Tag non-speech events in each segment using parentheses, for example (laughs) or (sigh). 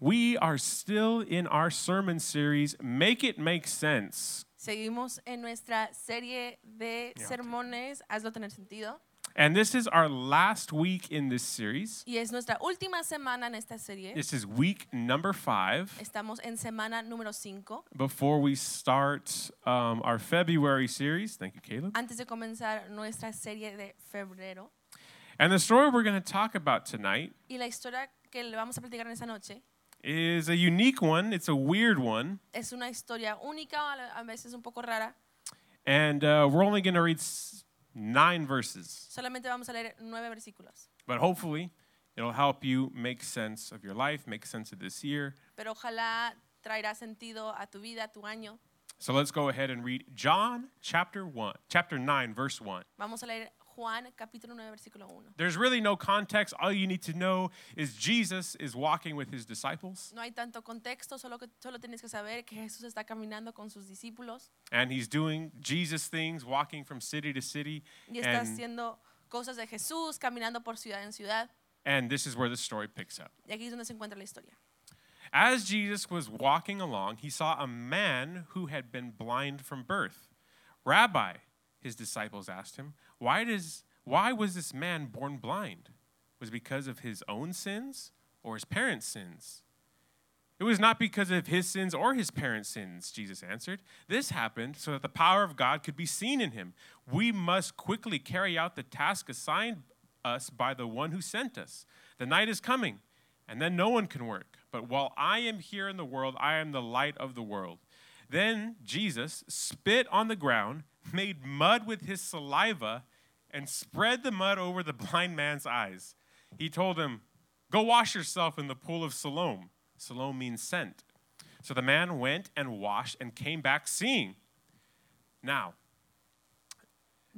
We are still in our sermon series, Make It Make Sense. Seguimos en nuestra serie de Yeah. sermones, hazlo tener sentido. And this is our last week in this series. Y es nuestra última semana en esta serie. This is week number five Estamos en semana número 5. before we start um, our February series. Thank you, Caleb. Antes de comenzar nuestra serie de febrero. And the story we're going to talk about tonight Y la historia que le vamos a platicar en esta noche is a unique one, it's a weird one. es una historia única, a la- a veces un poco rara. And uh, we're only going to read s- nine verses, Solamente vamos a leer nueve versículos. but hopefully it'll help you make sense of your life, make sense of this year. Pero ojalá traerá sentido a tu vida, a tu año. So let's go ahead and read John chapter 1, chapter 9 verse 1. Vamos a leer Juan capítulo 9, versículo 1. There's really no context. All you need to know is Jesus is walking with his disciples No hay tanto contexto, solo, que, solo tienes que saber que Jesús está caminando con sus discípulos and he's doing Jesus things, walking from city to city. y está And, haciendo cosas de Jesús, caminando por ciudad en ciudad. and this is where the story picks up. Y aquí es donde se encuentra la historia. As Jesus was walking along, he saw a man who had been blind from birth. Rabbi, his disciples asked him, why, does, why was this man born blind? Was it because of his own sins or his parents' sins? It was not because of his sins or his parents' sins, Jesus answered. This happened so that the power of God could be seen in him. We must quickly carry out the task assigned us by the one who sent us. The night is coming, and then no one can work. But while I am here in the world, I am the light of the world. Then Jesus spit on the ground, made mud with his saliva, and spread the mud over the (laughs) blind man's eyes. He told him, Go wash yourself in the pool of Siloam. Siloam means sent. So the man went and washed and came back seeing. Now,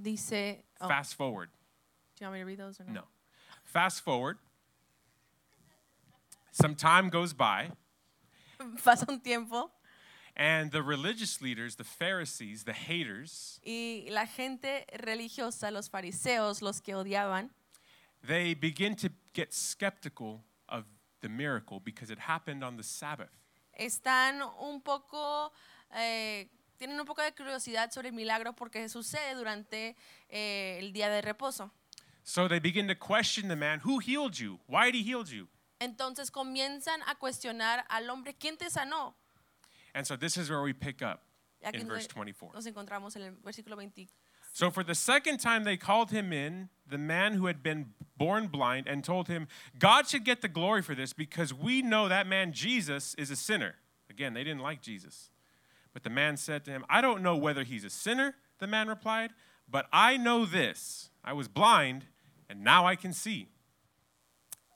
Dice. oh, fast forward. do you want me to read those or No. Fast forward. Some time goes by, (laughs) Pasa un tiempo and the religious leaders, the Pharisees, the haters, y la gente religiosa, los fariseos, los que odiaban, they begin to get skeptical of the miracle because it happened on the Sabbath. están un poco. eh, tienen un poco de curiosidad sobre el milagro porque sucede durante eh, el día de reposo. So they begin to question the man who healed you? Why did he heal you? Entonces comienzan a cuestionar al hombre, ¿quién te sanó? And so this is where we pick up Y aquí in es verse donde 24. nos encontramos en el versículo 20. So for the second time they called him in, the man who had been born blind, and told him, God should get the glory for this because we know that man Jesus is a sinner. Again, they didn't like Jesus. But the man said to him, I don't know whether he's a sinner, the man replied, but I know this. I was blind, and now I can see.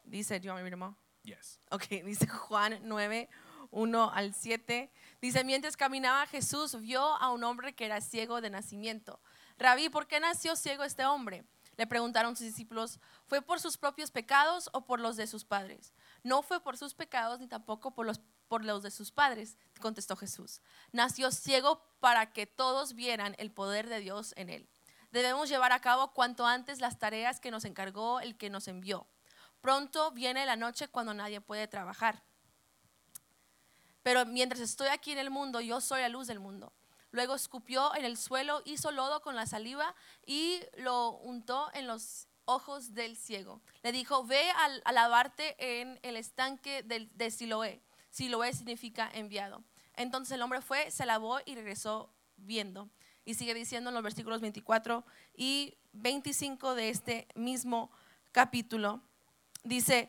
Dice, do you want me to read them all? Yes. Ok, (laughs) dice Juan 9, 1 al 7. Dice, mientras caminaba Jesús vio a un hombre que era ciego de nacimiento. Rabí, ¿por qué nació ciego este hombre? Le preguntaron sus discípulos, ¿fue por sus propios pecados o por los de sus padres? No fue por sus pecados ni tampoco por los, por los de sus padres, contestó Jesús. Nació ciego para que todos vieran el poder de Dios en él. Debemos llevar a cabo cuanto antes las tareas que nos encargó el que nos envió. Pronto viene la noche cuando nadie puede trabajar. Pero mientras estoy aquí en el mundo, yo soy la luz del mundo. Luego escupió en el suelo, hizo lodo con la saliva y lo untó en los ojos del ciego. Le dijo, ve a, a lavarte en el estanque del- de Siloé. Siloé significa enviado. Entonces el hombre fue, se lavó y regresó viendo. Y sigue diciendo en los versículos 24 y 25 de este mismo capítulo. Dice,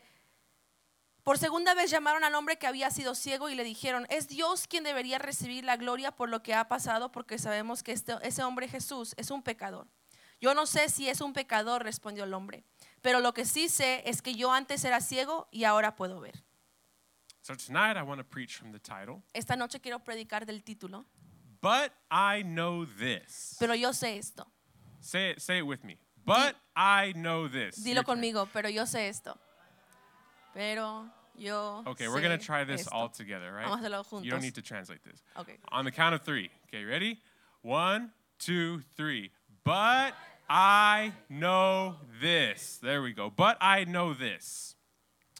por segunda vez llamaron al hombre que había sido ciego y le dijeron, es Dios quien debería recibir la gloria por lo que ha pasado, porque sabemos que este- ese hombre Jesús es un pecador. Yo no sé si es un pecador, respondió el hombre, pero lo que sí sé es que yo antes era ciego y ahora puedo ver. So tonight I want to preach from the title, Esta noche quiero predicar del título, But I Know This. pero yo sé esto. Say it, say it with me. But I know this. Your Dilo turn. conmigo, pero yo sé esto. Pero yo Okay, sé we're gonna try this esto. all together, right? Vamos a hacerlo You don't juntos. need to translate this. Okay. On the count of three. Okay, ready? One, two, three. But I know this. There we go. But I know this.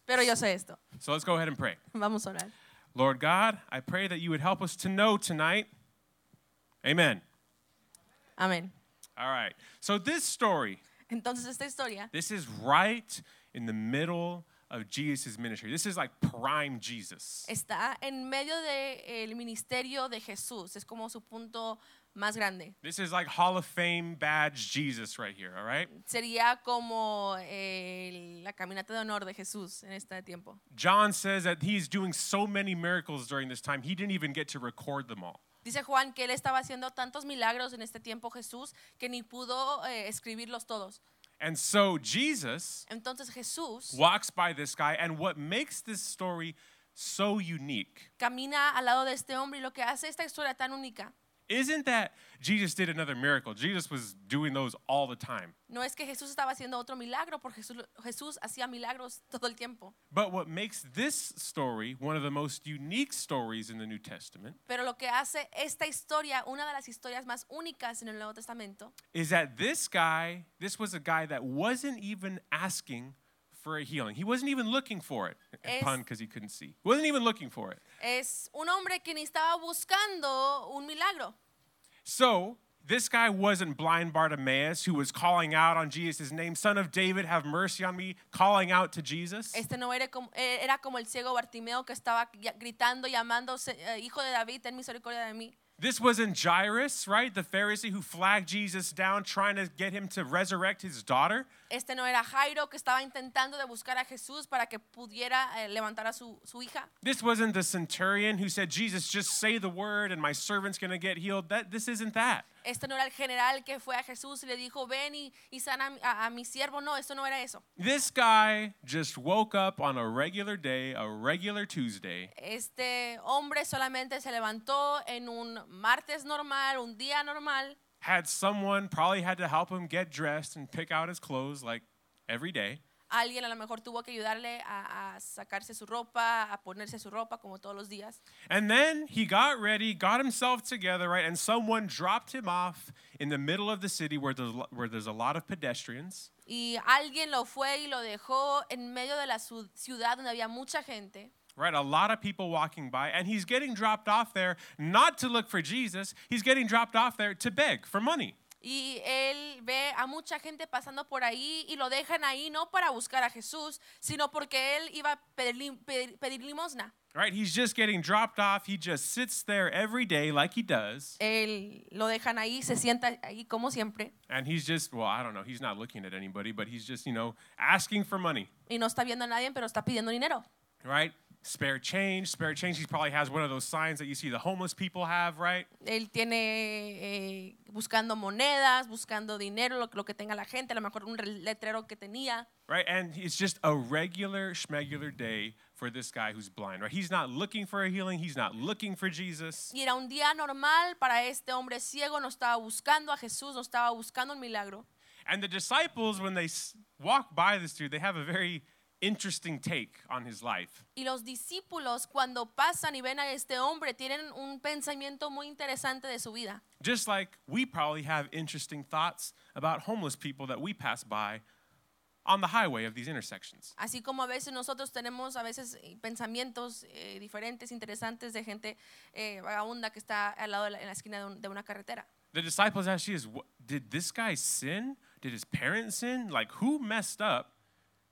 Pero yo sé esto. (laughs) So let's go ahead and pray. Vamos a orar. Lord God, I pray that you would help us to know tonight. Amen. Amén. All right. So this story, Entonces esta historia this is right in the middle of Jesus' ministry. This is like prime Jesus. está en medio del ministerio de Jesús. Es como su punto más grande. This is like Hall of Fame badge Jesus right here, all right? Sería como eh, la caminata de honor de Jesús en este tiempo. John says that he's doing so many miracles during this time, he didn't even get to record them all. Dice Juan que él estaba haciendo tantos milagros en este tiempo Jesús que ni pudo eh, escribirlos todos. And so Jesus Entonces Jesús walks by this guy, and what makes this story so unique camina al lado de este hombre y lo que hace esta historia tan única isn't that Jesus did another miracle. Jesus was doing those all the time. no es que Jesús estaba haciendo otro milagro, porque Jesús, Jesús hacía milagros (laughs) todo el tiempo. But what makes this story one of the most unique stories in the New Testament Pero lo que hace esta historia, una de las historias más únicas en el Nuevo Testamento, is that this guy, this was a guy that wasn't even asking for a healing. He wasn't even looking for it. (laughs) Es- Pun because he couldn't see. Wasn't even looking for it. es un hombre que ni estaba buscando un milagro. So this guy wasn't blind Bartimaeus who was calling out on Jesus' name, Son of David, have mercy on me, calling out to Jesus. Este no era como, eh, era como el ciego Bartimeo que estaba ya- gritando, llamando, "Se- eh, hijo de David, ten misericordia de mí. This wasn't Jairus, right? The Pharisee who flagged Jesus down, trying to get him to resurrect his daughter. Este no era Jairo que estaba intentando de buscar a Jesús para que pudiera eh, levantar a su, su hija. This wasn't the centurion who said, Jesus, just say the word and my servant's gonna get healed. That this isn't that. Este no era el general que fue a Jesús y le dijo, ven y, y sana a mi- a, a mi siervo. No, esto no era eso. This guy just woke up on a regular day, a regular Tuesday, Este hombre solamente se levantó en un martes normal, un día normal. had someone probably had to help him get dressed and pick out his clothes like every day. Alguien a lo mejor tuvo que ayudarle a, a sacarse su ropa, a ponerse su ropa como todos los días. And then he got ready, got himself together, right? And someone dropped him off in the middle of the city where there's, where there's a lot of pedestrians. Y alguien lo fue y lo dejó en medio de la su- ciudad donde había mucha gente. Right, a lot of people walking by, and he's getting dropped off there not to look for Jesus. He's getting dropped off there to beg for money. Y él ve a mucha gente pasando por ahí y lo dejan ahí no para buscar a Jesús, sino porque él iba a pedir, lim- pedir- pedir limosna. Right, he's just getting dropped off. He just sits there every day like he does, Él lo dejan ahí, se sienta ahí como siempre and he's just, well, I don't know, he's not looking at anybody, but he's just, you know, asking for money. y no está viendo a nadie, pero está pidiendo dinero. Right? Spare change, spare change. He probably has one of those signs that you see the homeless people have, right? Él tiene eh, buscando monedas, buscando dinero, lo, lo que tenga la gente, a lo mejor un re- letrero que tenía. Right? And it's just a regular schmegular day for this guy who's blind, right? He's not looking for a healing, he's not looking for Jesus. Y era un día normal para este hombre ciego, no estaba buscando a Jesús, no estaba buscando un milagro. And the disciples, when they s- walk by this dude, they have a very interesting take on his life. Y los discípulos cuando pasan y ven a este hombre tienen un pensamiento muy interesante de su vida. Just like we probably have interesting thoughts about homeless people that we pass by on the highway of these intersections. Así como a veces nosotros tenemos a veces eh, pensamientos eh, diferentes, interesantes de gente eh, vagabunda que está al lado de la, en la esquina de, un- de una carretera. The disciples asked Jesus, "What- Did this guy sin? Did his parents sin? Like, who messed up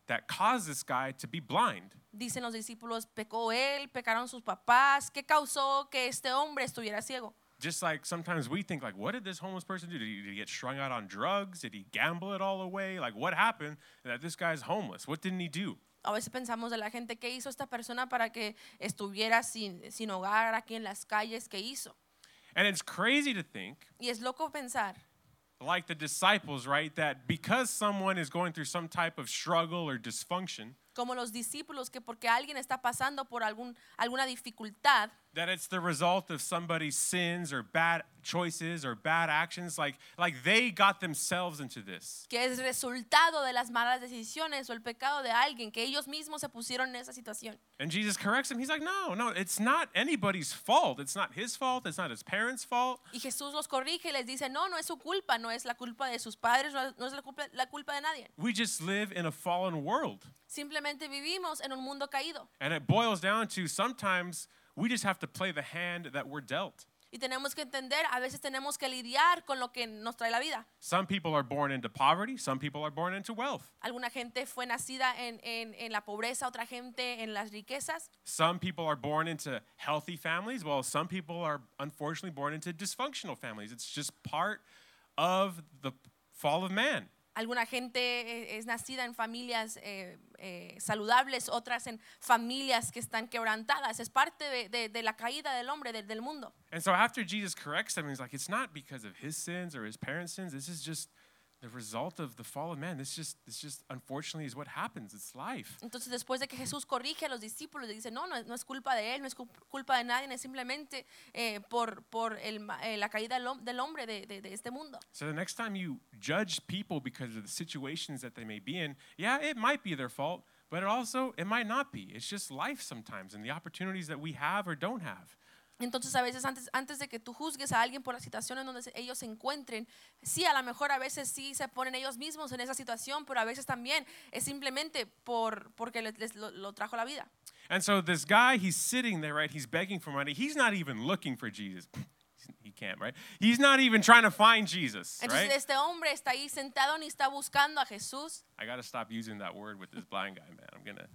that caused this guy to be blind? Dicen los discípulos, pecó él, pecaron sus papás, ¿qué causó que este hombre estuviera ciego? Just like sometimes we think, like, what did this homeless person do? Did he, did he get strung out on drugs? Did he gamble it all away? Like, what happened that this guy's homeless? What didn't he do? A veces pensamos de la gente, ¿qué hizo esta persona para que estuviera sin, sin hogar aquí en las calles? ¿Qué hizo? And it's crazy to think, Y es loco pensar like the disciples, right, that because someone is going through some type of struggle or dysfunction, como los discípulos que porque alguien está pasando por algún, alguna dificultad, that it's the result of somebody's sins or bad choices or bad actions like like they got themselves into this que es resultado de las malas decisiones o el pecado de alguien, que ellos mismos se pusieron en esa situación. and jesus corrects him he's like no no it's not anybody's fault it's not his fault it's not his parents fault Y Jesús los corrige y les dice, no, no es su culpa, no es la culpa de sus padres, no no es la culpa, la culpa de nadie. we just live in a fallen world Simplemente vivimos en un mundo caído and it boils down to sometimes we just have to play the hand that we're dealt y tenemos que entender, a veces tenemos que lidiar con lo que nos trae la vida. some people are born into poverty some people are born into wealth Alguna gente fue nacida en, en- en la pobreza, otra gente en las riquezas. Some people are born into healthy families, while some people are unfortunately born into dysfunctional families. It's just part of the fall of man. Alguna gente eh, es nacida en familias eh, eh, saludables, otras en familias que están quebrantadas. Es parte de, de- de la caída del hombre, del- del mundo. And so after Jesus corrects them, he's like, it's not because of his sins or his parents' sins. This is just the result of the fall of man. This just, this just unfortunately is what happens. It's life. Entonces después de que Jesús corrige a los discípulos, le dice, no, no, es- no es culpa de él, no es cul- culpa de nadie, es simplemente eh, por, por el ma- eh, la caída del, hom- del hombre de, de- de este mundo. So the next time you judge people because of the situations that they may be in, yeah, it might be their fault, but it also it might not be. It's just life sometimes and the opportunities that we have or don't have. Entonces a veces antes, antes de que tú juzgues a alguien por la situación en donde se- ellos se encuentren, sí, a lo mejor a veces sí se ponen ellos mismos en esa situación, pero a veces también es simplemente por, porque les, les lo, lo trajo la vida. And so this guy, he's sitting there, right? He's begging for money. He's not even looking for Jesus. (laughs) he can't, right? He's not even trying to find Jesus, Entonces right? este hombre está ahí sentado ni está buscando a Jesús. I got to stop using that word with this blind guy, man. I'm going to.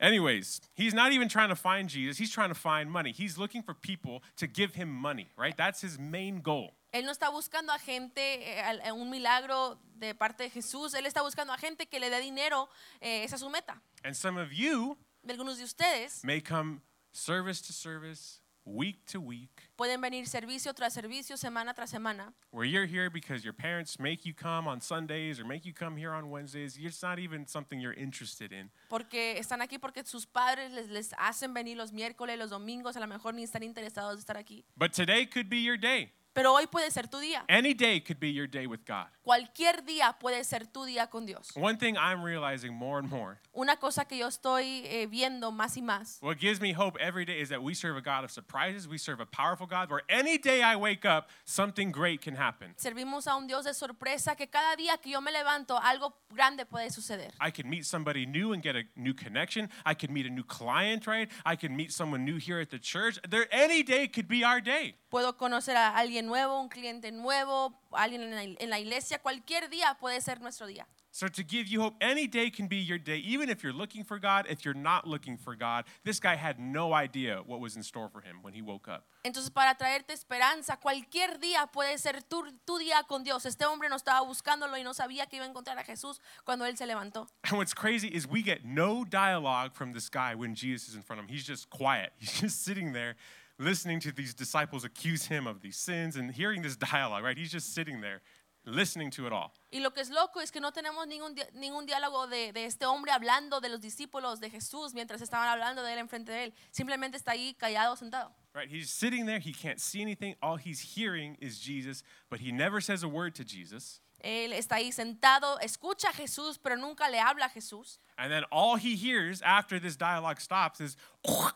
Anyways, he's not even trying to find Jesus. He's trying to find money. He's looking for people to give him money, right? That's his main goal. Él no está buscando a gente, eh, al- a un milagro de parte de Jesús. Él está buscando a gente que le dé dinero. eh, esa es su meta. And some of you Algunos de ustedes may come service to service, week to week, pueden venir servicio tras servicio, semana tras semana. where you're here because your parents make you come on Sundays or make you come here on Wednesdays. It's not even something you're interested in. Porque están aquí porque sus padres les, les hacen venir los miércoles, los domingos. A lo mejor ni están interesados de estar aquí. But today could be your day. Pero hoy puede ser tu día. Any day could be your day with God. Cualquier día puede ser tu día con Dios. One thing I'm realizing more and more, Una cosa que yo estoy eh, viendo más y más what gives me hope every day is that we serve a God of surprises. We serve a powerful God where any day I wake up, something great can happen. Servimos a un Dios de sorpresa que cada día que yo me levanto algo grande puede suceder. I could meet somebody new and get a new connection. I could meet a new client, right? I could meet someone new here at the church. There any day could be our day. Puedo conocer a alguien nuevo, un cliente nuevo, alguien en la, il- en la iglesia. Cualquier día puede ser nuestro día. So to give you hope, any day can be your day, even if you're looking for God, if you're not looking for God. This guy had no idea what was in store for him when he woke up. (laughs) Entonces, para traerte esperanza, cualquier día puede ser tu, tu día con Dios. Este hombre no estaba buscándolo y no sabía que iba a encontrar a Jesús cuando él se levantó. And what's crazy is we get no dialogue from this guy when Jesus is in front of him. He's just quiet. (laughs) He's just sitting there listening to these disciples accuse him of these sins and hearing this dialogue, right? He's just sitting there listening to it all. Y lo que es loco es que no tenemos ningún, di- ningún diálogo de, de este hombre hablando de los discípulos de Jesús mientras estaban hablando de él enfrente de él. Simplemente está ahí callado, sentado. Right? He's sitting there, he can't see anything. All he's hearing is Jesus, but he never says a word to Jesus. Él está ahí sentado, escucha a Jesús, pero nunca le habla a Jesús. And then all he hears after this dialogue stops is (laughs)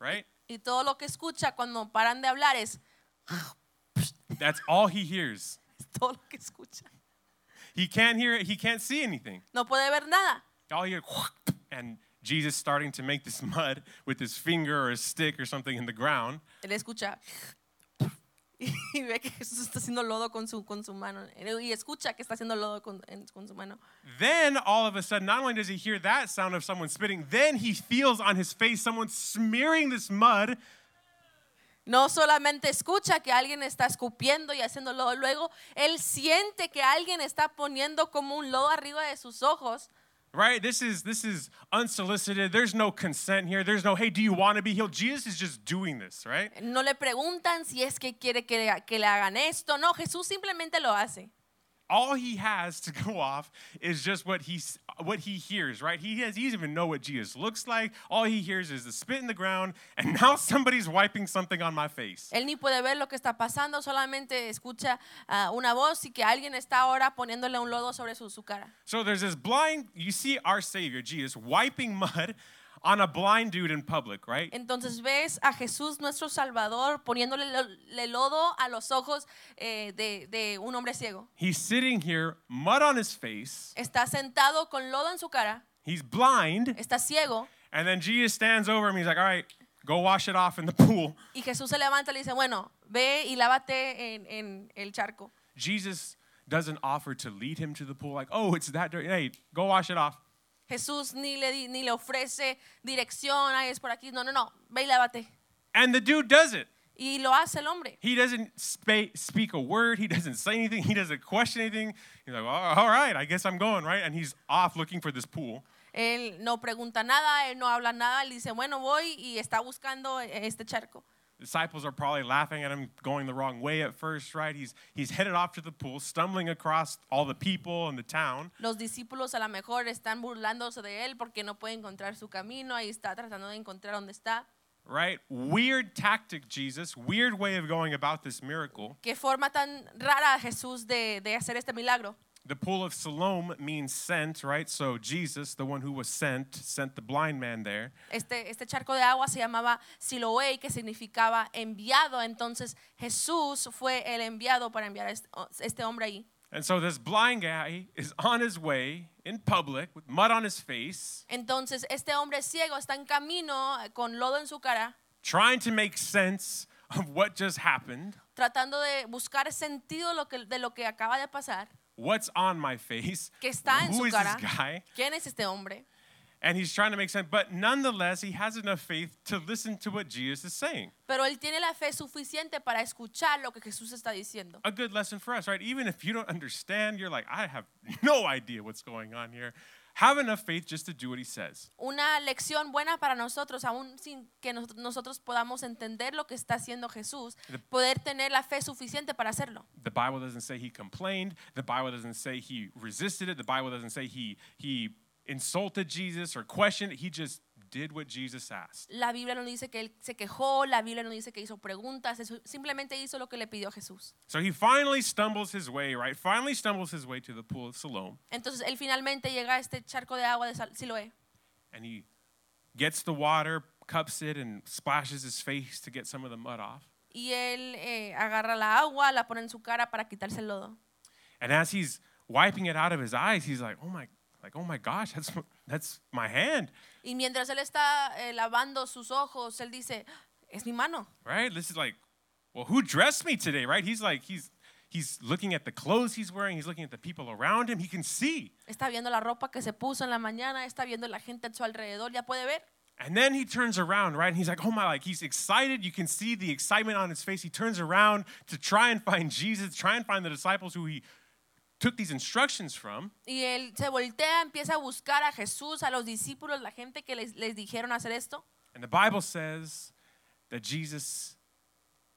right? Y todo lo que escucha cuando paran de hablar es (laughs) That's all he hears. todo lo que escucha. He can't hear it, he can't see anything. No puede ver nada. all you hear (laughs) and Jesus starting to make this (laughs) mud with his finger or his stick or something in the ground. Él escucha (laughs) y ve que Jesús está haciendo lodo con su, con su mano. Y escucha que está haciendo lodo con, en- con su mano. Then all of a sudden, not only does he hear that sound of someone spitting, then he feels on his face someone smearing this mud. No solamente escucha que alguien está escupiendo y haciendo lodo, luego él siente que alguien está poniendo como un lodo arriba de sus ojos. Right? This is this is unsolicited. There's no consent here. There's no, hey, do you want to be healed? Jesus is just doing this, right? No le preguntan si es que quiere que, le- que le hagan esto. No, Jesús simplemente lo hace. all he has to (laughs) go off is just what he what he hears, right? He has he doesn't even know what Jesus looks like. All he hears is the spit in the ground, and (laughs) now somebody's wiping something on my face. Él ni puede ver lo que está pasando, solamente escucha ah, una voz y que alguien está ahora poniéndole un lodo sobre su, su cara. So there's this blind. You see our Savior Jesus wiping (laughs) mud on a blind dude in public, right? Entonces ves a Jesús nuestro Salvador poniéndole lo- le lodo a los ojos eh, de, de un hombre ciego. He's sitting here, mud on his face. Está sentado con lodo en su cara, He's blind, está ciego and then Jesus stands over him. He's like, "All right, go wash it off in the (laughs) pool." y Jesús se levanta y le dice, bueno, ve y lávate en, en el charco. Jesus doesn't offer to lead him to the pool, like, "Oh, it's that dirty. Hey, go wash it off." Jesús ni le, di- ni le ofrece dirección, "Ay, es por aquí, no, no, no, ve y lávate. And the dude does it. Y lo hace el hombre. He doesn't spa speak a word. He doesn't say anything. He doesn't question anything. He's like, well, all right, I guess I'm going, right? And he's off looking for this pool. Él no pregunta nada, él no habla nada, él dice, bueno, voy y está buscando eh, este charco. Disciples are probably laughing at him going the wrong way at first, right? He's, he's headed off to the pool, stumbling across all the people in the town. Los discípulos a lo mejor están burlándose de él porque no puede encontrar su camino, ahí está tratando de encontrar dónde está. Right? Weird tactic, Jesus. Weird way of going about this miracle. Qué forma tan rara Jesús de, de hacer este milagro. The pool of Siloam means sent, right? So Jesus, the one who was sent, sent the blind man there. Este, este charco de agua se llamaba Siloé, que significaba enviado. Entonces Jesús fue el enviado para enviar a este, este hombre ahí. And so this blind guy is on his way in public with mud on his face, Entonces este hombre ciego está en camino eh, con lodo en su cara, trying to make sense of what just happened. tratando de buscar sentido lo que- de lo que acaba de pasar. What's on my face? Que está en Who su is cara. this guy? ¿Quién es este hombre? And he's trying to make sense, but nonetheless, he has enough faith to listen to what Jesus is saying. Pero él tiene la fe suficiente para escuchar lo que Jesús está diciendo. A good lesson for us, right? Even if you don't understand, you're like, I have no (laughs) idea what's going on here. Have enough faith just to do what he says. Una lección buena para nosotros, aún sin que nos- nosotros podamos entender lo que está haciendo Jesús, poder tener la fe suficiente para hacerlo. The Bible doesn't say he complained. The Bible doesn't say he resisted it. The Bible doesn't say he he insulted Jesus or questioned it. He just did what Jesus asked. La Biblia no dice que él se quejó, la Biblia no dice que hizo preguntas, eso- simplemente hizo lo que le pidió Jesús. So he finally stumbles his way, right? Finally stumbles his way to the pool of Siloam Entonces él finalmente llega a este charco de agua de Sal- Siloé. and he gets the water, cups it and splashes his face to get some of the mud off. Y él eh, agarra la agua, la pone en su cara para quitarse el lodo. And as he's wiping it out of his eyes, he's like, "Oh my like, oh my gosh, that's my- that's my hand." Y mientras él está eh, lavando sus ojos, él dice, es mi mano. right? This is like, well, who dressed me today, right? He's like, he's he's looking at the clothes he's wearing. He's looking at the people around him. He can see, Está viendo la ropa que se puso en la mañana, está viendo la gente a su alrededor, ya puede ver. and then he turns around, right? And he's like, oh my, like he's excited. You can see the excitement on his face. He turns around to try and find Jesus, try and find the disciples who he took these instructions from. Y él se voltea, empieza a buscar a Jesús, a los discípulos, la gente que les, les dijeron hacer esto. And the Bible says that Jesus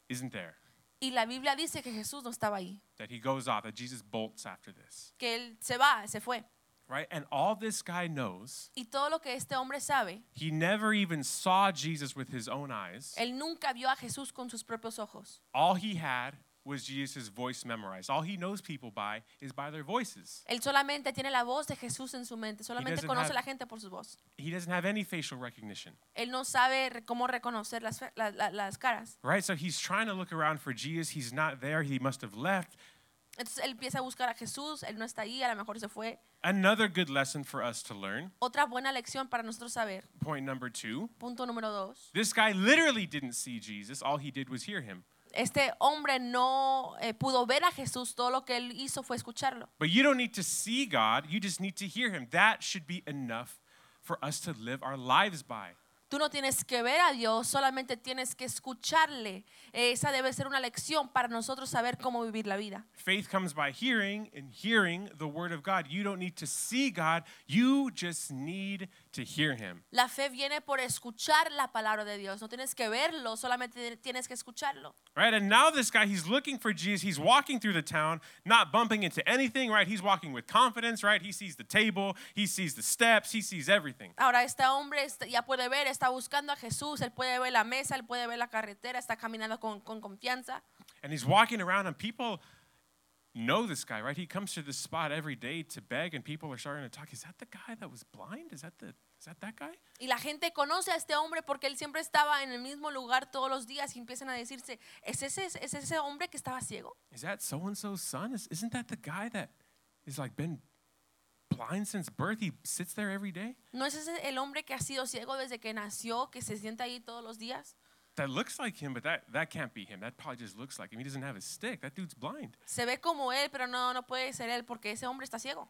isn't there. Y la Biblia dice que Jesús no estaba ahí, That he goes off. That Jesus bolts after this, que él se va, se fue. right? And all this guy knows. Y todo lo que este hombre sabe, He never even saw Jesus with his own eyes. él nunca vio a Jesús con sus propios ojos. All he had was Jesus' voice memorized. All he knows people by is by their voices. Él solamente tiene la voz de Jesús en su mente, solamente doesn't conoce a have- la gente por su voz. He doesn't have any facial recognition, Él no sabe re- cómo reconocer las, fe- la- la- las caras. right? So he's trying to look around for Jesus. He's not there. He must have left. Entonces él empieza a buscar a Jesús, él no está ahí, a lo mejor se fue. Another good lesson for us to learn. Otra buena lección para nosotros saber, Point number two punto número dos, this guy literally didn't see Jesus. All he did was hear him. este hombre no eh, pudo ver a Jesús, todo lo que él hizo fue escucharlo. But you don't need to see God, you just need to hear him. That should be enough for us to live our lives by. Tú no tienes que ver a Dios, solamente tienes que escucharle. Eh, Esa debe ser una lección para nosotros saber cómo vivir la vida. Faith comes by hearing and hearing the word of God. You don't need to see God, you just need to hear him. La fe viene por escuchar la palabra de Dios. No tienes que verlo, solamente tienes que escucharlo. Right? And now this guy, he's looking for Jesus. He's walking through the town, not bumping into anything, right? He's walking with confidence, right? He sees the table, he sees the steps, he sees everything. Ahora este hombre está- ya puede ver, está buscando a Jesús, él puede ver la mesa, él puede ver la carretera, está caminando con, con confianza. And he's walking around, and people know this guy, right? He comes to this spot every day to beg, and people are starting to talk. Is that the guy that was blind? Is that the is that that guy? Y la gente conoce a este hombre porque él siempre estaba en el mismo lugar todos los días y empiezan a decirse, ¿es ese, es ese hombre que estaba ciego? Is that so and so's son? Is, isn't that the guy that is like been blind since birth? He sits there every day. ¿No es ese el hombre que ha sido ciego desde que nació, que se sienta ahí todos los días? That looks like him, but that that can't be him. That probably just looks like him. He doesn't have a stick. That dude's blind. Se ve como él, pero no, no puede ser él porque ese hombre está ciego.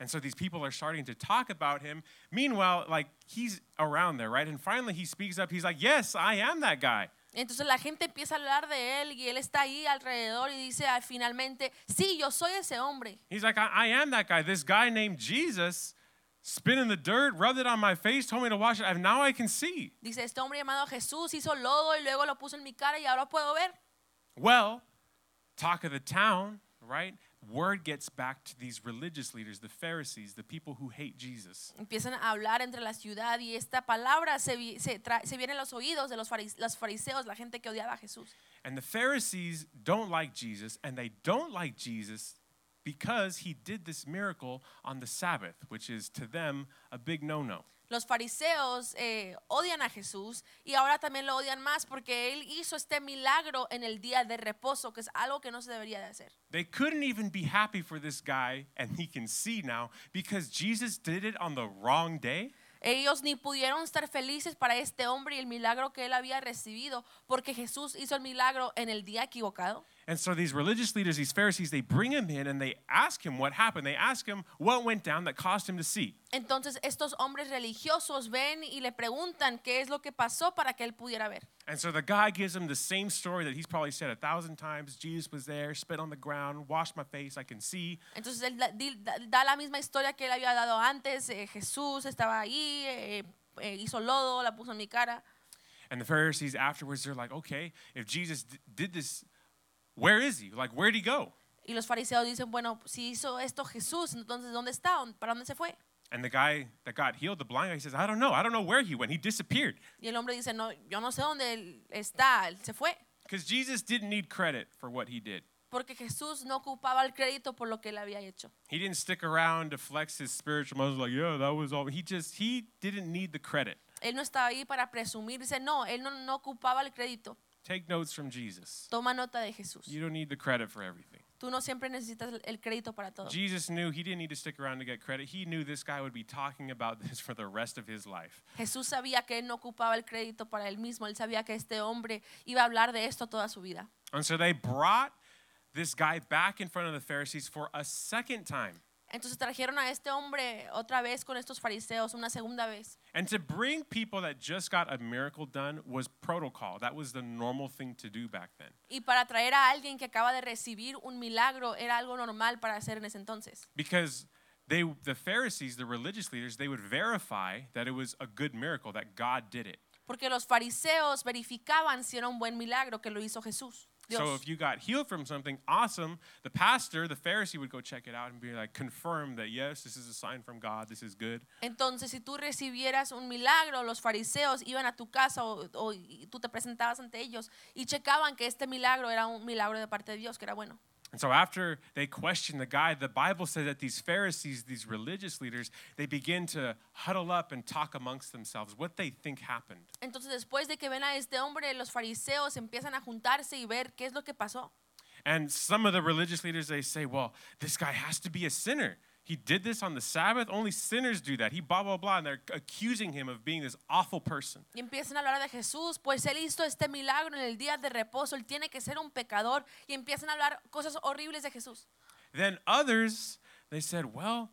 And so these people are starting to talk about him. Meanwhile, like he's around there, right? And finally he speaks up. He's like, "Yes, I am that guy." Entonces la gente empieza a hablar de él y él está ahí alrededor y dice ah, finalmente, sí, yo soy ese hombre. He's like, I, I am that guy. This guy named Jesus spit in the dirt, rubbed it on my face, told me to wash it, and now I can see. Dice, este hombre llamado Jesús hizo lodo y luego lo puso en mi cara y ahora puedo ver. Well, talk of the town, right? Word gets back to these religious leaders, the Pharisees, the people who hate Jesus. Empiezan a hablar entre la ciudad y esta palabra se, vi- se, tra- se viene a los oídos de los, faris- los fariseos, la gente que odiaba a Jesús. And the Pharisees don't like Jesus, and they don't like Jesus because he did this miracle on the Sabbath, which is to them a big no no. Los fariseos eh, odian a Jesús y ahora también lo odian más porque él hizo este milagro en el día de reposo, que es algo que no se debería de hacer. They couldn't even be happy for this guy, and he can see now because Jesus did it on the wrong day. Ellos ni pudieron estar felices para este hombre y el milagro que él había recibido, porque Jesús hizo el milagro en el día equivocado. And so these religious leaders, these Pharisees, they bring him in and they ask him what happened. They ask him what went down that caused him to see. Entonces estos hombres religiosos ven y le preguntan qué es lo que pasó para que él pudiera ver. And so the guy gives him the same story that he's probably said a thousand times. Jesus was there, spit on the ground, washed my face, I can see. Entonces él da, di- da- da la misma historia que él había dado antes. eh, Jesús estaba ahí, eh, eh, hizo lodo, la puso en mi cara. And the Pharisees afterwards, they're like, okay, if Jesus d- did this, where is he? Like, where'd he go? Y los fariseos dicen, bueno, si hizo esto Jesús, entonces ¿dónde está? ¿Dónde- ¿Para dónde se fue? And the guy that got healed, the blind guy, he says, I don't know. I don't know where he went. He disappeared. Y el hombre dice, no, yo no sé dónde él está, él se fue. Because Jesus didn't need credit for what he did. porque Jesús no ocupaba el crédito por lo que él había hecho. He didn't stick around to flex his spiritual muscles like, yeah, that was all. He just, he didn't need the credit. Él no estaba ahí para presumirse, no, él no, no ocupaba el crédito. Take notes from Jesus. Toma nota de Jesús. You don't need the credit for everything. Tú no siempre necesitas el- el crédito para todo. Jesus knew he didn't need to stick around to get credit. He knew this guy would be talking about (laughs) this for the rest of his life. Jesús sabía que él no ocupaba el crédito para él mismo, él sabía que este hombre iba a hablar de esto toda su vida. And so they brought this guy back in front of the Pharisees for a second time. Entonces trajeron a este hombre otra vez con estos fariseos, una segunda vez. And to bring people that just got a miracle done was protocol. That was the normal thing to do back then. Y para traer a alguien que acaba de recibir un milagro era algo normal para hacer en ese entonces. Because they the Pharisees, the religious leaders, they would verify that it was a good miracle that God did it. Porque los fariseos verificaban si era un buen milagro que lo hizo Jesús. Dios. So if you got healed from something awesome, the pastor, the Pharisee would go check it out and be like, confirm that yes, this is a sign from God, this is good. Entonces, si tú recibieras un milagro, los fariseos iban a tu casa o, o- y tú te presentabas ante ellos y checaban que este milagro era un milagro de parte de Dios, que era bueno. And so after they question the guy, the Bible says that these Pharisees, these religious leaders, they begin to huddle up and talk amongst themselves what they think happened. Entonces, después de que ven a este hombre, los fariseos empiezan a juntarse y ver qué es lo que pasó. And some of the religious leaders they say, well, this guy has to be a sinner. He did this on the Sabbath. Only sinners do that. He blah blah blah, and they're accusing him of being this awful person. Y empiezan a hablar de Jesús, pues él hizo este milagro en el día de reposo, él tiene que ser un pecador. Y empiezan a hablar cosas horribles de Jesús. Then others they said, well,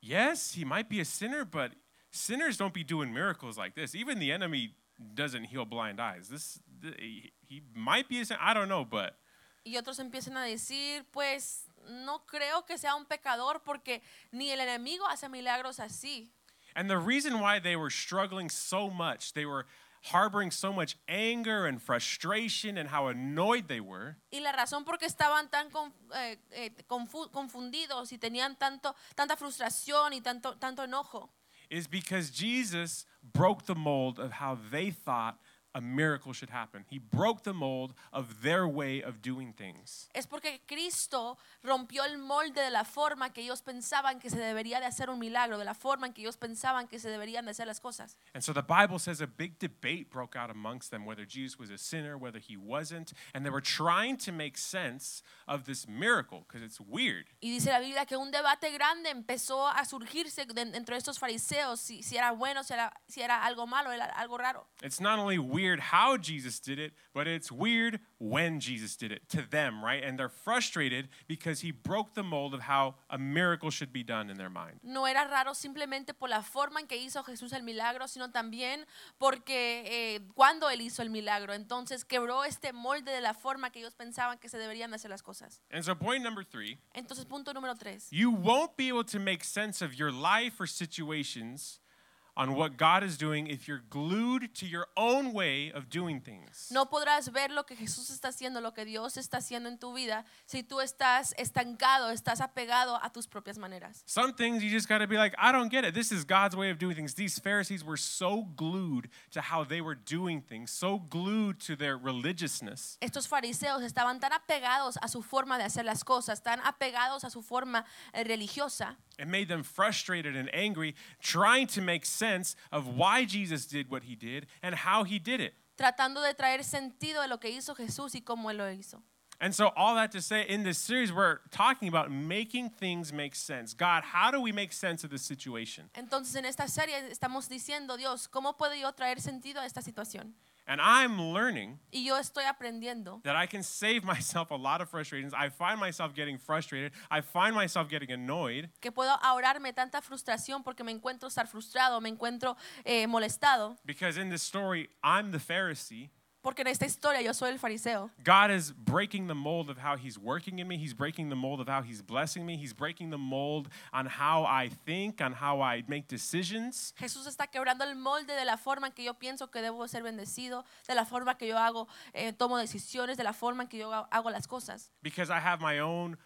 yes, he might be a sinner, but sinners don't be doing miracles like this. Even the enemy doesn't heal blind eyes. This th- he- he might be a sinner. I don't know, but Y otros empiezan a decir, pues no creo que sea un pecador porque ni el enemigo hace milagros así. And the reason why they were struggling so much, they were harboring so much anger and frustration and how annoyed they were, Y la razón por qué estaban tan con- eh, eh, confu- confundidos y tenían tanto, tanta frustración y tanto, tanto enojo is because Jesus broke the mold of how they thought a miracle should happen. He broke the mold of their way of doing things. es porque Cristo rompió el molde de la forma que ellos pensaban que se debería de hacer un milagro, de la forma en que ellos pensaban que se deberían de hacer las cosas. And so the Bible says a big debate broke out amongst them whether Jesus was a sinner, whether he wasn't. And they were trying to make sense of this miracle because it's weird. Y dice la Biblia que un debate grande empezó a surgirse de- entre estos fariseos, si, si era bueno, si era, si era algo malo, era algo raro. It's not only weird how Jesus did it, but it's weird when Jesus did it to them, right? And they're frustrated because he broke the mold of how a miracle should be done in their mind. No era raro simplemente por la forma en que hizo Jesús el milagro, sino también porque eh, cuando él hizo el milagro, entonces quebró este molde de la forma que ellos pensaban que se deberían de hacer las cosas. And so, point number three Entonces, punto número tres. you won't be able to make sense of your life or situations on what God is doing if you're glued to your own way of doing things. No podrás ver lo que Jesús está haciendo, lo que Dios está haciendo en tu vida, si tú estás estancado, estás apegado a tus propias maneras. Some things you just got to be like, I don't get it. This is God's way of doing things. These Pharisees were so glued to how they were doing things, so glued to their religiousness, Estos fariseos estaban tan apegados a su forma de hacer las cosas, tan apegados a su forma eh, religiosa, it made them frustrated and angry, trying to make sense of why Jesus did what he did and how he did it. tratando de traer sentido de lo que hizo Jesús y cómo él lo hizo. And so, all that to say, in this series, we're talking about making things make sense. God, how do we make sense of this situation? Entonces en esta serie estamos diciendo, Dios, ¿cómo puedo yo traer sentido a esta situación? And I'm learning Y yo estoy aprendiendo that I can save (laughs) myself a lot of frustrations. I find myself getting frustrated, I find myself getting annoyed. que puedo ahorrarme tanta frustración porque me encuentro estar frustrado, me encuentro eh, molestado, Because in this story, I'm the Pharisee. porque en esta historia yo soy el fariseo. God is breaking the mold of how He's working in me. He's breaking the mold of how He's blessing me. He's breaking the mold on how I think, on how I make decisions. Jesús está quebrando el molde de la forma en que yo pienso que debo ser bendecido, de la forma que yo hago, eh, tomo decisiones, de la forma en que yo ha- hago las cosas. Because I have my own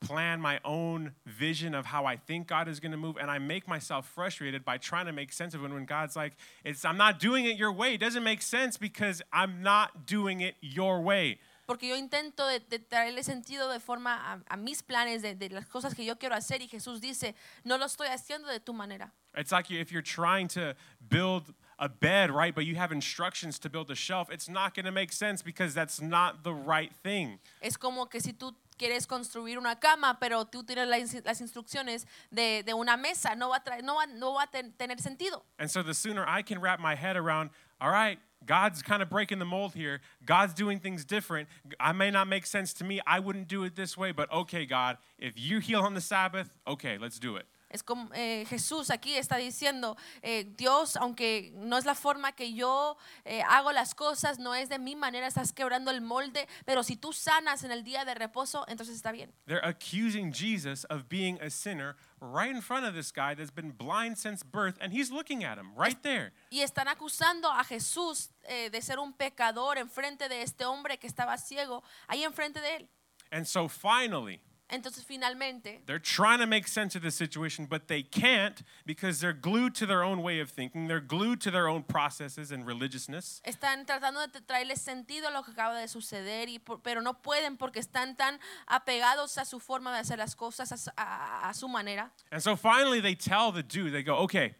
plan, my own vision of how I think God is going to move. And I make myself frustrated by trying to make sense of it when God's like, it's, I'm not doing it your way. It doesn't make sense because I'm not doing it your way. Porque yo intento de, de traerle sentido de forma a, a mis planes, de, de las cosas que yo quiero hacer y Jesús dice, no lo estoy haciendo de tu manera. It's like you- if you're trying to build a bed, right, but you have instructions to build a shelf, it's not going to make sense because that's not the right thing. Es como que si tú quieres construir una cama, pero tú tienes las, ins- las instrucciones de, de una mesa, no va a, traer- no va- no va a ten- tener sentido. And so the sooner I can wrap my head around, all right, God's kind of breaking the mold here. God's doing things different. I may not make sense to me. I wouldn't do it this way, but okay, God, if you heal on the Sabbath, okay, let's do it. Es como eh, Jesús aquí está diciendo, eh, Dios, aunque no es la forma que yo eh, hago las cosas, no es de mi manera, estás quebrando el molde, pero si tú sanas en el día de reposo, entonces está bien. They're accusing Jesus of being a sinner right in front of this guy that's been blind since birth, and he's looking at him right there. Y están acusando a Jesús eh, de ser un pecador enfrente de este hombre que estaba ciego, ahí enfrente de él. And so finally, Entonces finalmente They're trying to make sense of the situation, but they can't because they're glued to their own way of thinking. They're glued to their own processes and religiousness. están tratando de traerle sentido a lo que acaba de suceder, y por- pero no pueden porque están tan apegados a su forma de hacer las cosas, a su- a- a su manera. And so finally, they tell the dude, they go, okay,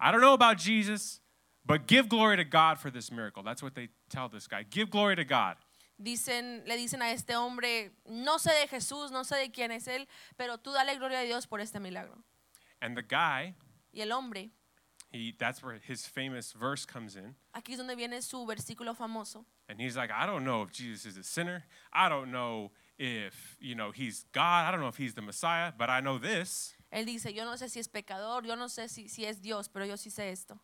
I don't know about Jesus, but give glory to God for this miracle. That's what they tell this guy. Give glory to God. dicen, le dicen a este hombre, no sé de Jesús, no sé de quién es él, pero tú dale gloria a Dios por este milagro. And the guy, Y el hombre, he, that's where his famous verse comes in. aquí es donde viene su versículo famoso. And he's like, I don't know if Jesus is a sinner. I don't know if, you know, he's God. I don't know if he's the Messiah, but I know this. Él dice, yo no sé si es pecador, yo no sé si, si es Dios, pero yo sí sé esto.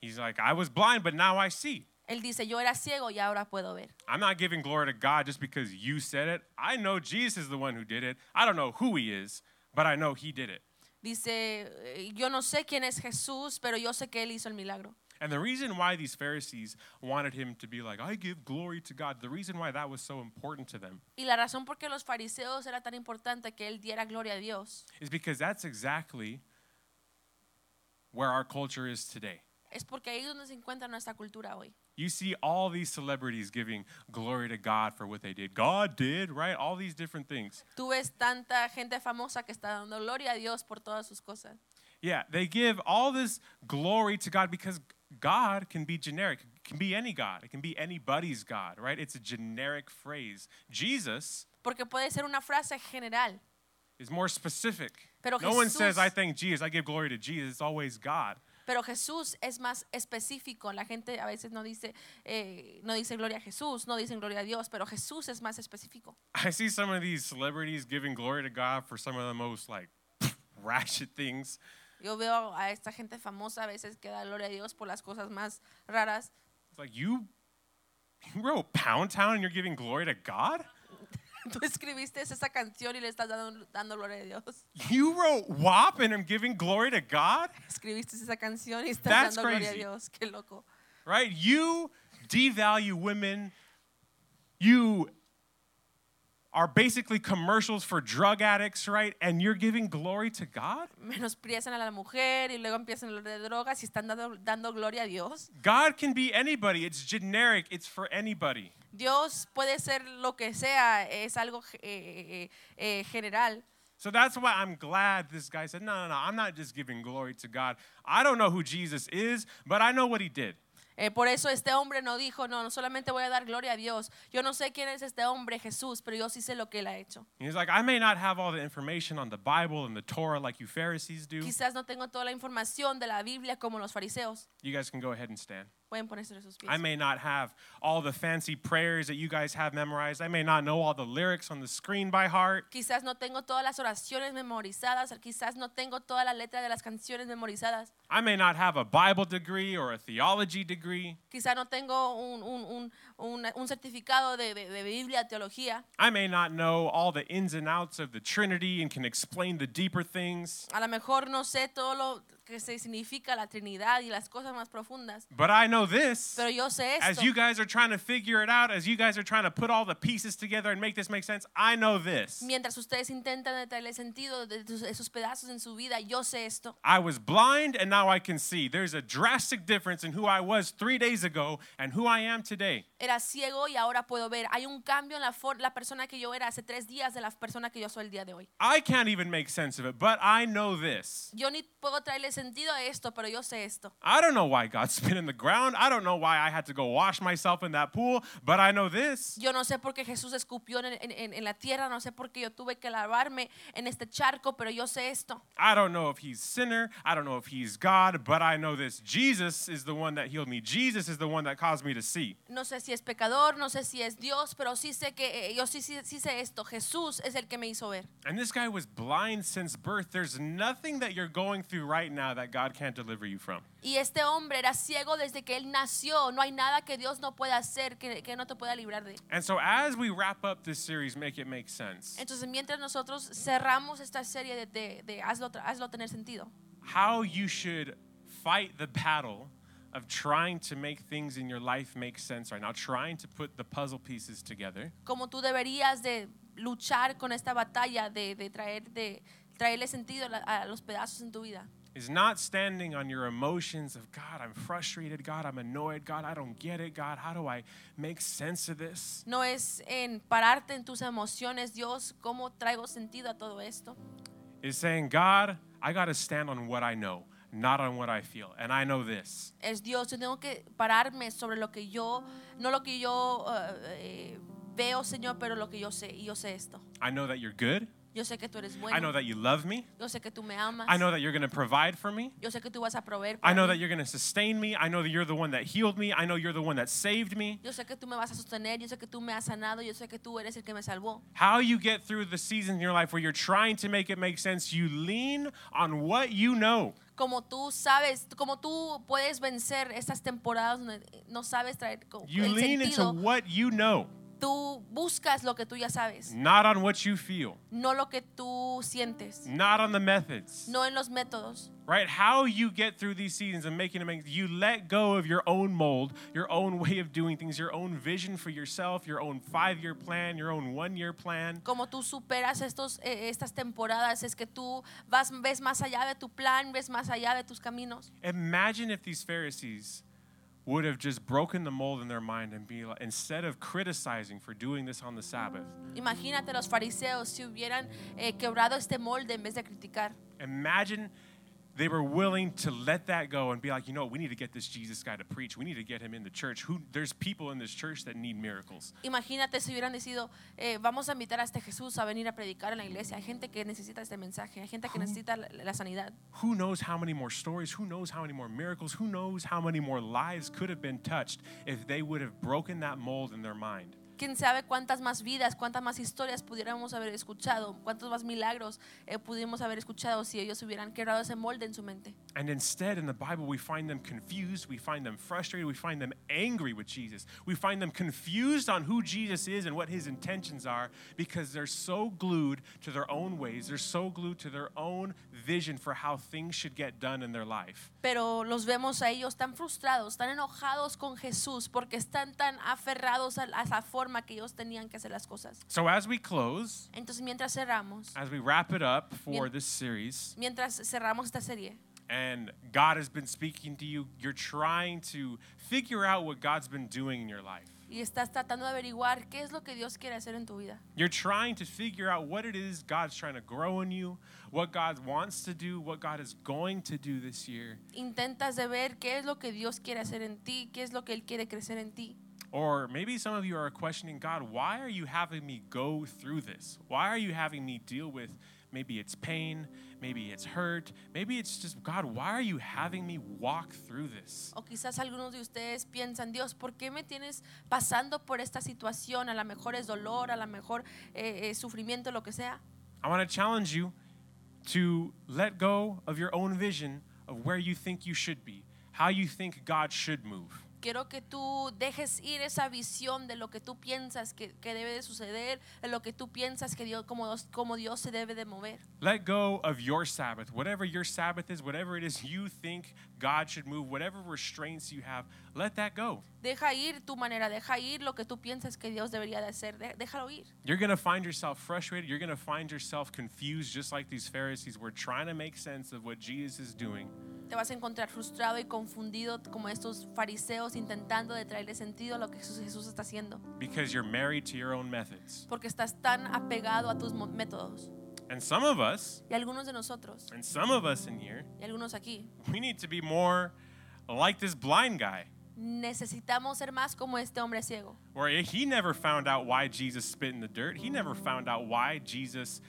He's like, I was blind, but now I see. Él dice, yo era ciego y ahora puedo ver. I'm not giving glory to God just because you said it. I know Jesus is the one who did it. I don't know who he is, but I know he did it. dice, eh, yo no sé quién es Jesús, pero yo sé que él hizo el milagro. And the reason why these Pharisees wanted him to be like, I give glory to God, the reason why that was so important to them Y la razón por qué los fariseos era tan importante que él diera gloria a Dios is because that's exactly where our culture is today. es porque ahí es donde se encuentra nuestra cultura hoy. You see all these celebrities giving glory to God for what they did. God did, right? All these different things. Tú ves tanta gente famosa que está dando gloria a Dios por todas sus cosas. Yeah, they give all this glory to God because God can be generic. It can be any God. It can be anybody's God, right? It's a generic phrase. Jesus Porque puede ser una frase general. is more specific. Pero no one says, Jesús- I thank Jesus. I give glory to Jesus. It's always God. (laughs) Pero Jesús es más específico. La gente a veces no dice, eh, no dice gloria a Jesús, no dicen gloria a Dios, pero Jesús es más específico. I see some of these celebrities giving glory to God for some of the most like (laughs) ratchet things. Yo veo a esta gente famosa a veces que da gloria a Dios por las cosas más raras. (laughs) It's like you you wrote Pound Town and you're giving glory to God? Tú escribiste esa canción y le estás dando, dando gloria a Dios. You wrote WAP and I'm giving glory to God? Escribiste esa canción y estás That's dando gloria a crazy. Dios. Qué loco. Right? You devalue women. You are basically commercials for drug addicts, right? And you're giving glory to God? Menosprecian a la mujer y luego empiezan a hablar de drogas y están dando, dando gloria a Dios. God can be anybody. It's generic. It's for anybody. Dios puede ser lo que sea, es algo eh, eh, eh, eh, general. So that's why I'm glad this guy said, no, no, no, I'm not just giving glory to God. I don't know who Jesus is, but I know what he did. Eh, por eso este hombre no dijo, no, no solamente voy a dar gloria a Dios. Yo no sé quién es este hombre, Jesús, pero yo sí sé lo que él ha hecho. And he's like, I may not have all the information on the Bible and the Torah like you Pharisees do. Quizás no tengo toda la información de la Biblia como los fariseos. You guys can go ahead and stand. Pueden ponerse sus pies. I may not have all the fancy prayers that you guys have memorized. I may not know all the lyrics on the screen by heart. Quizás no tengo todas las oraciones memorizadas, quizás no tengo toda la letra de las canciones memorizadas, I may not have a Bible degree or a theology degree. quizás no tengo un, un- un- un- un certificado de, de- de Biblia, teología. I may not know all the ins and outs of the Trinity and can explain the deeper things. A lo mejor no sé todo lo que se significa la Trinidad y las cosas más profundas, But I know this. pero yo sé esto. As you guys are trying to figure it out, as you guys are trying to put all the pieces together and make this make sense, I know this. Mientras ustedes intentan detallar el sentido de tus- esos pedazos en su vida, yo sé esto. I was blind and now I can see. There's a drastic difference in who I was three days ago and who I am today. Era ciego y ahora puedo ver. Hay un cambio en la, for- la persona que yo era hace tres días de la persona que yo soy el día de hoy. I can't even make sense of it, but I know this. Yo ni puedo traerle sentido a esto, pero yo sé esto. I don't know why (laughs) God spit in the ground. I don't know why I had to go wash myself in that pool, but I know this. Yo no sé por qué Jesús escupió en, en- en- en la tierra, no sé por qué yo tuve que lavarme en este charco, pero yo sé esto. I don't know if he's sinner. I don't know if he's God, but I know this. Jesus is the one that healed me. Jesus is the one that caused me to see. No sé si es pecador, no sé si es Dios, pero sí sé que eh, yo sí, sí, sí sé esto. Jesús es el que me hizo ver. And this guy was blind since birth. There's nothing that you're going through right now that God can't deliver you from. Y este hombre era ciego desde que él nació. No hay nada que Dios no pueda hacer, que, que no te pueda librar de. And so, as we wrap up this series, make it make sense. Entonces, mientras nosotros cerramos esta serie de, de- de hazlo, tra- hazlo tener sentido, How you should fight the battle of trying to make things in your life make sense right now, trying to put the puzzle pieces together. como tú deberías de luchar con esta batalla de, de traer, de traerle sentido a la- a los pedazos en tu vida. Is not standing on your emotions of God, I'm frustrated, God, I'm annoyed, God, I don't get it, God, how do I make sense of this? No es en pararte en tus emociones, Dios, ¿cómo traigo sentido a todo esto? Is saying, God, I got to stand on what I know, not on what I feel. And I know this. Es Dios, yo tengo que pararme sobre lo que yo, no lo que yo eh, eh, veo, Señor, pero lo que yo sé, y yo sé esto. I know that you're good. Yo sé que tú eres I know bueno. that you love me. Yo sé que tú me amas. I know that you're going to provide for me. Yo sé que tú vas a proveer. para I know mí. that you're going to sustain me. I know that you're the one that healed me. I know you're the one that saved me. Yo sé que tú me vas a sostener. Yo sé que tú me has sanado. Yo sé que tú eres el que me salvó. How you get through the season in your life where you're trying to make it make sense, you lean on what you know. Como tú sabes, como tú puedes vencer estas temporadas donde no sabes traer co- You el lean into sentido. what you know. Tú buscas lo que tú ya sabes, not on what you feel, no lo que tú sientes, not on the methods, no en los métodos. right? How you get through these seasons and making them, you let go of your own mold, your own way of doing things, your own vision for yourself, your own five year plan, your own one year plan. Como tú superas estos, eh, estas temporadas, es que tú vas, ves más allá de tu plan, ves más allá de tus caminos. Imagine if these Pharisees would have just broken the mold in their mind and be like, instead of criticizing for doing this on the Sabbath, Imagínate los fariseos si hubieran eh, quebrado este molde en vez de criticar. imagine they were willing to let that go and be like, you know, we need to get this Jesus guy to preach. We need to get him in the church. Who there's people in this church that need miracles. Imagínate si hubieran decidido, eh, vamos a invitar a este Jesús a venir a predicar en la iglesia. Hay gente que necesita este mensaje, hay gente que necesita la, la sanidad. Who knows how many more stories? Who knows how many more miracles? Who knows how many more lives could have been touched if they would have broken that mold in their mind? Quién sabe cuántas más vidas, cuántas más historias pudiéramos haber escuchado, cuántos más milagros eh, pudimos haber escuchado si ellos hubieran quebrado ese molde en su mente. And instead, in the Bible, we find them confused, we find them frustrated, we find them angry with Jesus. We find them confused on who Jesus is and what his intentions are because they're so glued to their own ways, they're so glued to their own vision for how things should get done in their life. Pero los vemos a ellos tan frustrados, tan enojados con Jesús, porque están tan aferrados a, la- a esa forma que ellos tenían que hacer las cosas. So, as we close, Entonces, mientras cerramos, as we wrap it up for Bien. this series, mientras cerramos esta serie, and God has been speaking to you, you're trying to figure out what God's been doing in your life. y estás tratando de averiguar qué es lo que Dios quiere hacer en tu vida. You're trying to figure out what it is God's trying to grow in you, what God wants to do, what God is going to do this year, Intentas de ver qué es lo que Dios quiere hacer en ti, qué es lo que Él quiere crecer en ti. or maybe some of you are questioning God, why are you having me go through this? Why are you having me deal with maybe it's pain, maybe it's hurt, maybe it's just God, why are you having me walk through this? O quizás algunos de ustedes piensan, Dios, ¿por qué me tienes pasando por esta situación? A lo mejor es dolor, a lo mejor eh, eh, sufrimiento, lo que sea. I want to challenge you to let go of your own vision of where you think you should be, how you think God should move. Quiero que tú dejes ir esa visión de lo que tú piensas que, que debe de suceder, de lo que tú piensas que Dios, como, Dios- como Dios se debe de mover. Let go of your Sabbath. Whatever your Sabbath is, whatever it is you think God should move, whatever restraints you have, let that go. Deja ir tu manera, deja ir lo que tú piensas que Dios debería de hacer, de- déjalo ir. You're going to find yourself frustrated. You're going to find yourself confused, just like these Pharisees were trying to make sense of what Jesus is doing. Te vas a encontrar frustrado y confundido como estos fariseos intentando de traerle sentido a lo que Jesús- Jesús está haciendo, Because you're married to your own methods. porque estás tan apegado a tus mo- métodos. And some of us, Y algunos de nosotros, and some of us in here, y algunos aquí, we need to be more like this blind guy, necesitamos ser más como este hombre ciego. where he never found out why Jesus spit in the dirt. He never found out why Jesus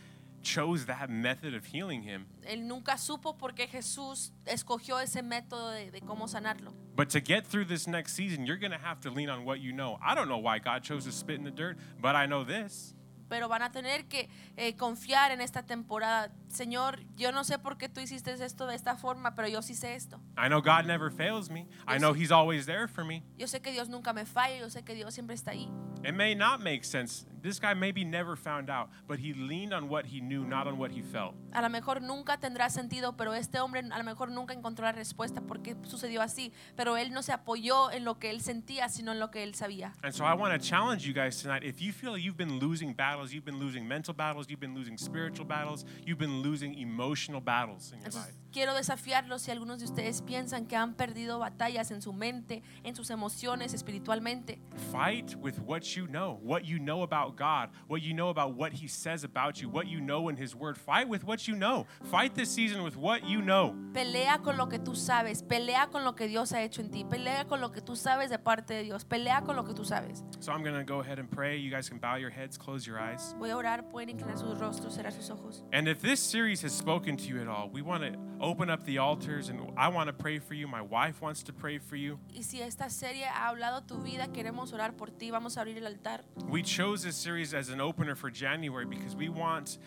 chose that method of healing him. Él nunca supo por qué Jesús escogió ese método de, de cómo sanarlo. But to get through this next season, you're going to have to lean on what you know. I don't know why God chose to spit in the dirt, but I know this. Pero van a tener que eh, confiar en esta temporada. Señor, yo no sé por qué tú hiciste esto de esta forma, pero yo sí sé esto. I know God never fails me. I know He's always there for me. Yo sé que Dios nunca me falla, yo sé que Dios siempre está ahí. It may not make sense. This guy maybe never found out, but he leaned on what he knew, not on what he felt. A lo mejor nunca tendrá sentido, pero este hombre a lo mejor nunca encontró la respuesta por qué sucedió así. Pero él no se apoyó en lo que él sentía, sino en lo que él sabía. And so I want to challenge you guys tonight. If you feel you've been losing battles, you've been losing mental battles, you've been losing spiritual battles, you've been losing emotional battles in your life. Entonces, quiero desafiarlos si algunos de ustedes piensan que han perdido batallas en su mente, en sus emociones, espiritualmente. Fight with what you know, what you know about God, what you know about what He says about you, what you know in His Word. Fight with what you know. Fight this season with what you know. Pelea con lo que tú sabes, pelea con lo que Dios ha hecho en ti, pelea con lo que tú sabes de parte de Dios, pelea con lo que tú sabes. So I'm going to go ahead and pray. You guys can bow your heads, close your eyes. Voy a orar, pueden inclinar sus rostros, cerrar sus ojos. And if this series has spoken to you at all, we want to open up the altars and I want to pray for you. My wife wants to pray for you. Y si esta serie ha hablado tu vida, queremos orar por ti, vamos a abrir el altar. We chose this series as an opener for January because we want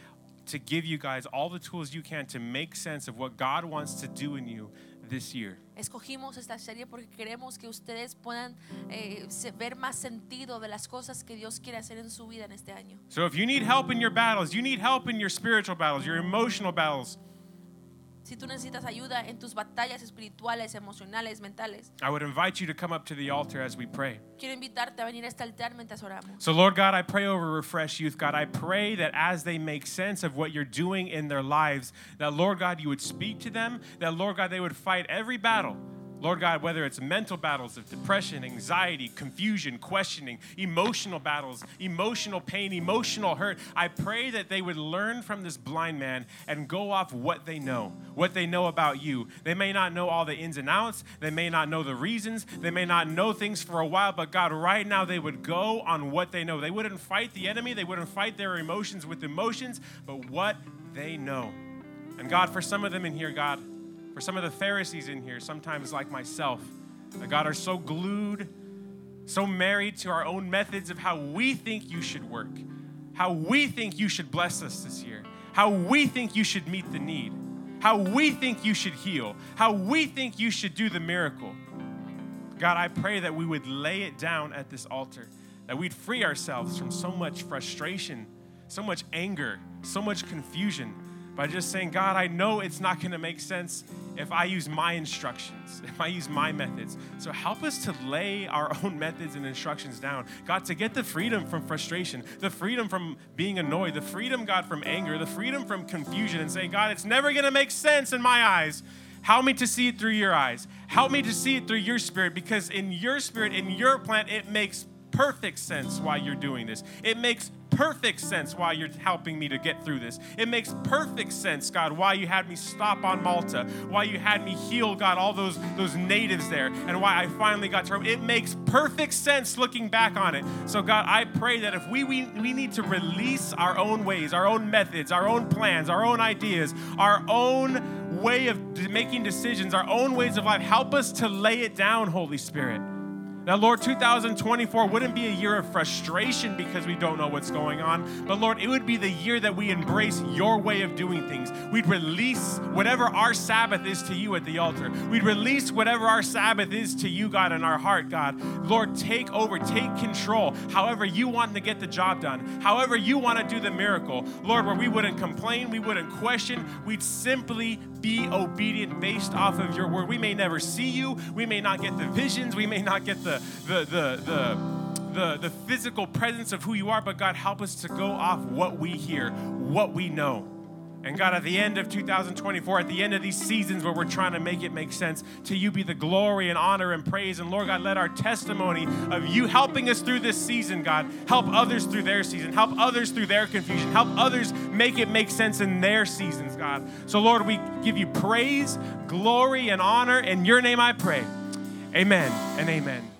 to give you guys all the tools you can to make sense of what God wants to do in you this year. Escogimos esta serie porque queremos que ustedes puedan eh, se- ver más sentido de las cosas que Dios quiere hacer en su vida en este año. So if you need help in your battles, you need help in your spiritual battles, your emotional battles, Si tú necesitas ayuda en tus batallas espirituales, emocionales, mentales, I would invite you to come up to the altar as we pray. quiero invitarte a venir a este altar mientras oramos. So, Lord God, I pray over Refresh Youth. God, I pray that as they make sense of what you're doing in their lives, that, Lord God, you would speak to them, that, Lord God, they would fight every battle. Lord God, whether it's mental battles of depression, anxiety, confusion, questioning, emotional battles, emotional pain, emotional hurt, I pray that they would learn from this blind man and go off what they know, what they know about you. They may not know all the ins and outs, they may not know the reasons, they may not know things for a while, but God, right now they would go on what they know. They wouldn't fight the enemy, they wouldn't fight their emotions with emotions, but what they know. And God, for some of them in here, God, for some of the Pharisees in here, sometimes like myself, that God are so glued so married to our own methods of how we think you should work, how we think you should bless us this year, how we think you should meet the need, how we think you should heal, how we think you should do the miracle. God, I pray that we would lay it down at this altar, that we'd free ourselves from so much frustration, so much anger, so much confusion by just saying, God, I know it's not going to make sense if I use my instructions, (laughs) if I use my methods. So help us to lay our own methods and instructions down. God, to get the freedom from frustration, the freedom from being annoyed, the freedom, God, from anger, the freedom from confusion, and saying, God, it's never going to make sense in my eyes. Help me to see it through your eyes. Help me to see it through your spirit because in your spirit, in your plan, it makes perfect sense why you're doing this. It makes perfect sense why you're helping me to get through this. It makes perfect sense, God, why you had me stop on Malta, why you had me heal, God, all those those natives there, and why I finally got to Rome. It makes perfect sense looking back on it. So God, I pray that if we we, we need to release our own ways, our own methods, our own plans, our own ideas, our own way of d- making decisions, our own ways of life. Help us to lay it down, Holy Spirit. Now, Lord, 2024 wouldn't be a year of frustration because we don't know what's going on, but Lord, it would be the year that we embrace your way of doing things. We'd release whatever our Sabbath is to you at the altar. We'd release whatever our Sabbath is to you, God, in our heart, God. Lord, take over, take control, however you want to get the job done, however you want to do the miracle. Lord, where we wouldn't complain, we wouldn't question, we'd simply be obedient based off of your word. We may never see you, we may not get the visions, we may not get the the the the the, the physical presence of who you are, but God, help us to go off what we hear, what we know. And God, at the end of 2024, at the end of these seasons where we're trying to make it make sense, to you be the glory and honor and praise. And Lord God, let our testimony of you helping us through this season, God, help others through their season, help others through their confusion, help others make it make sense in their seasons, God. So, Lord, we give you praise, glory, and honor. In your name I pray. Amen and amen.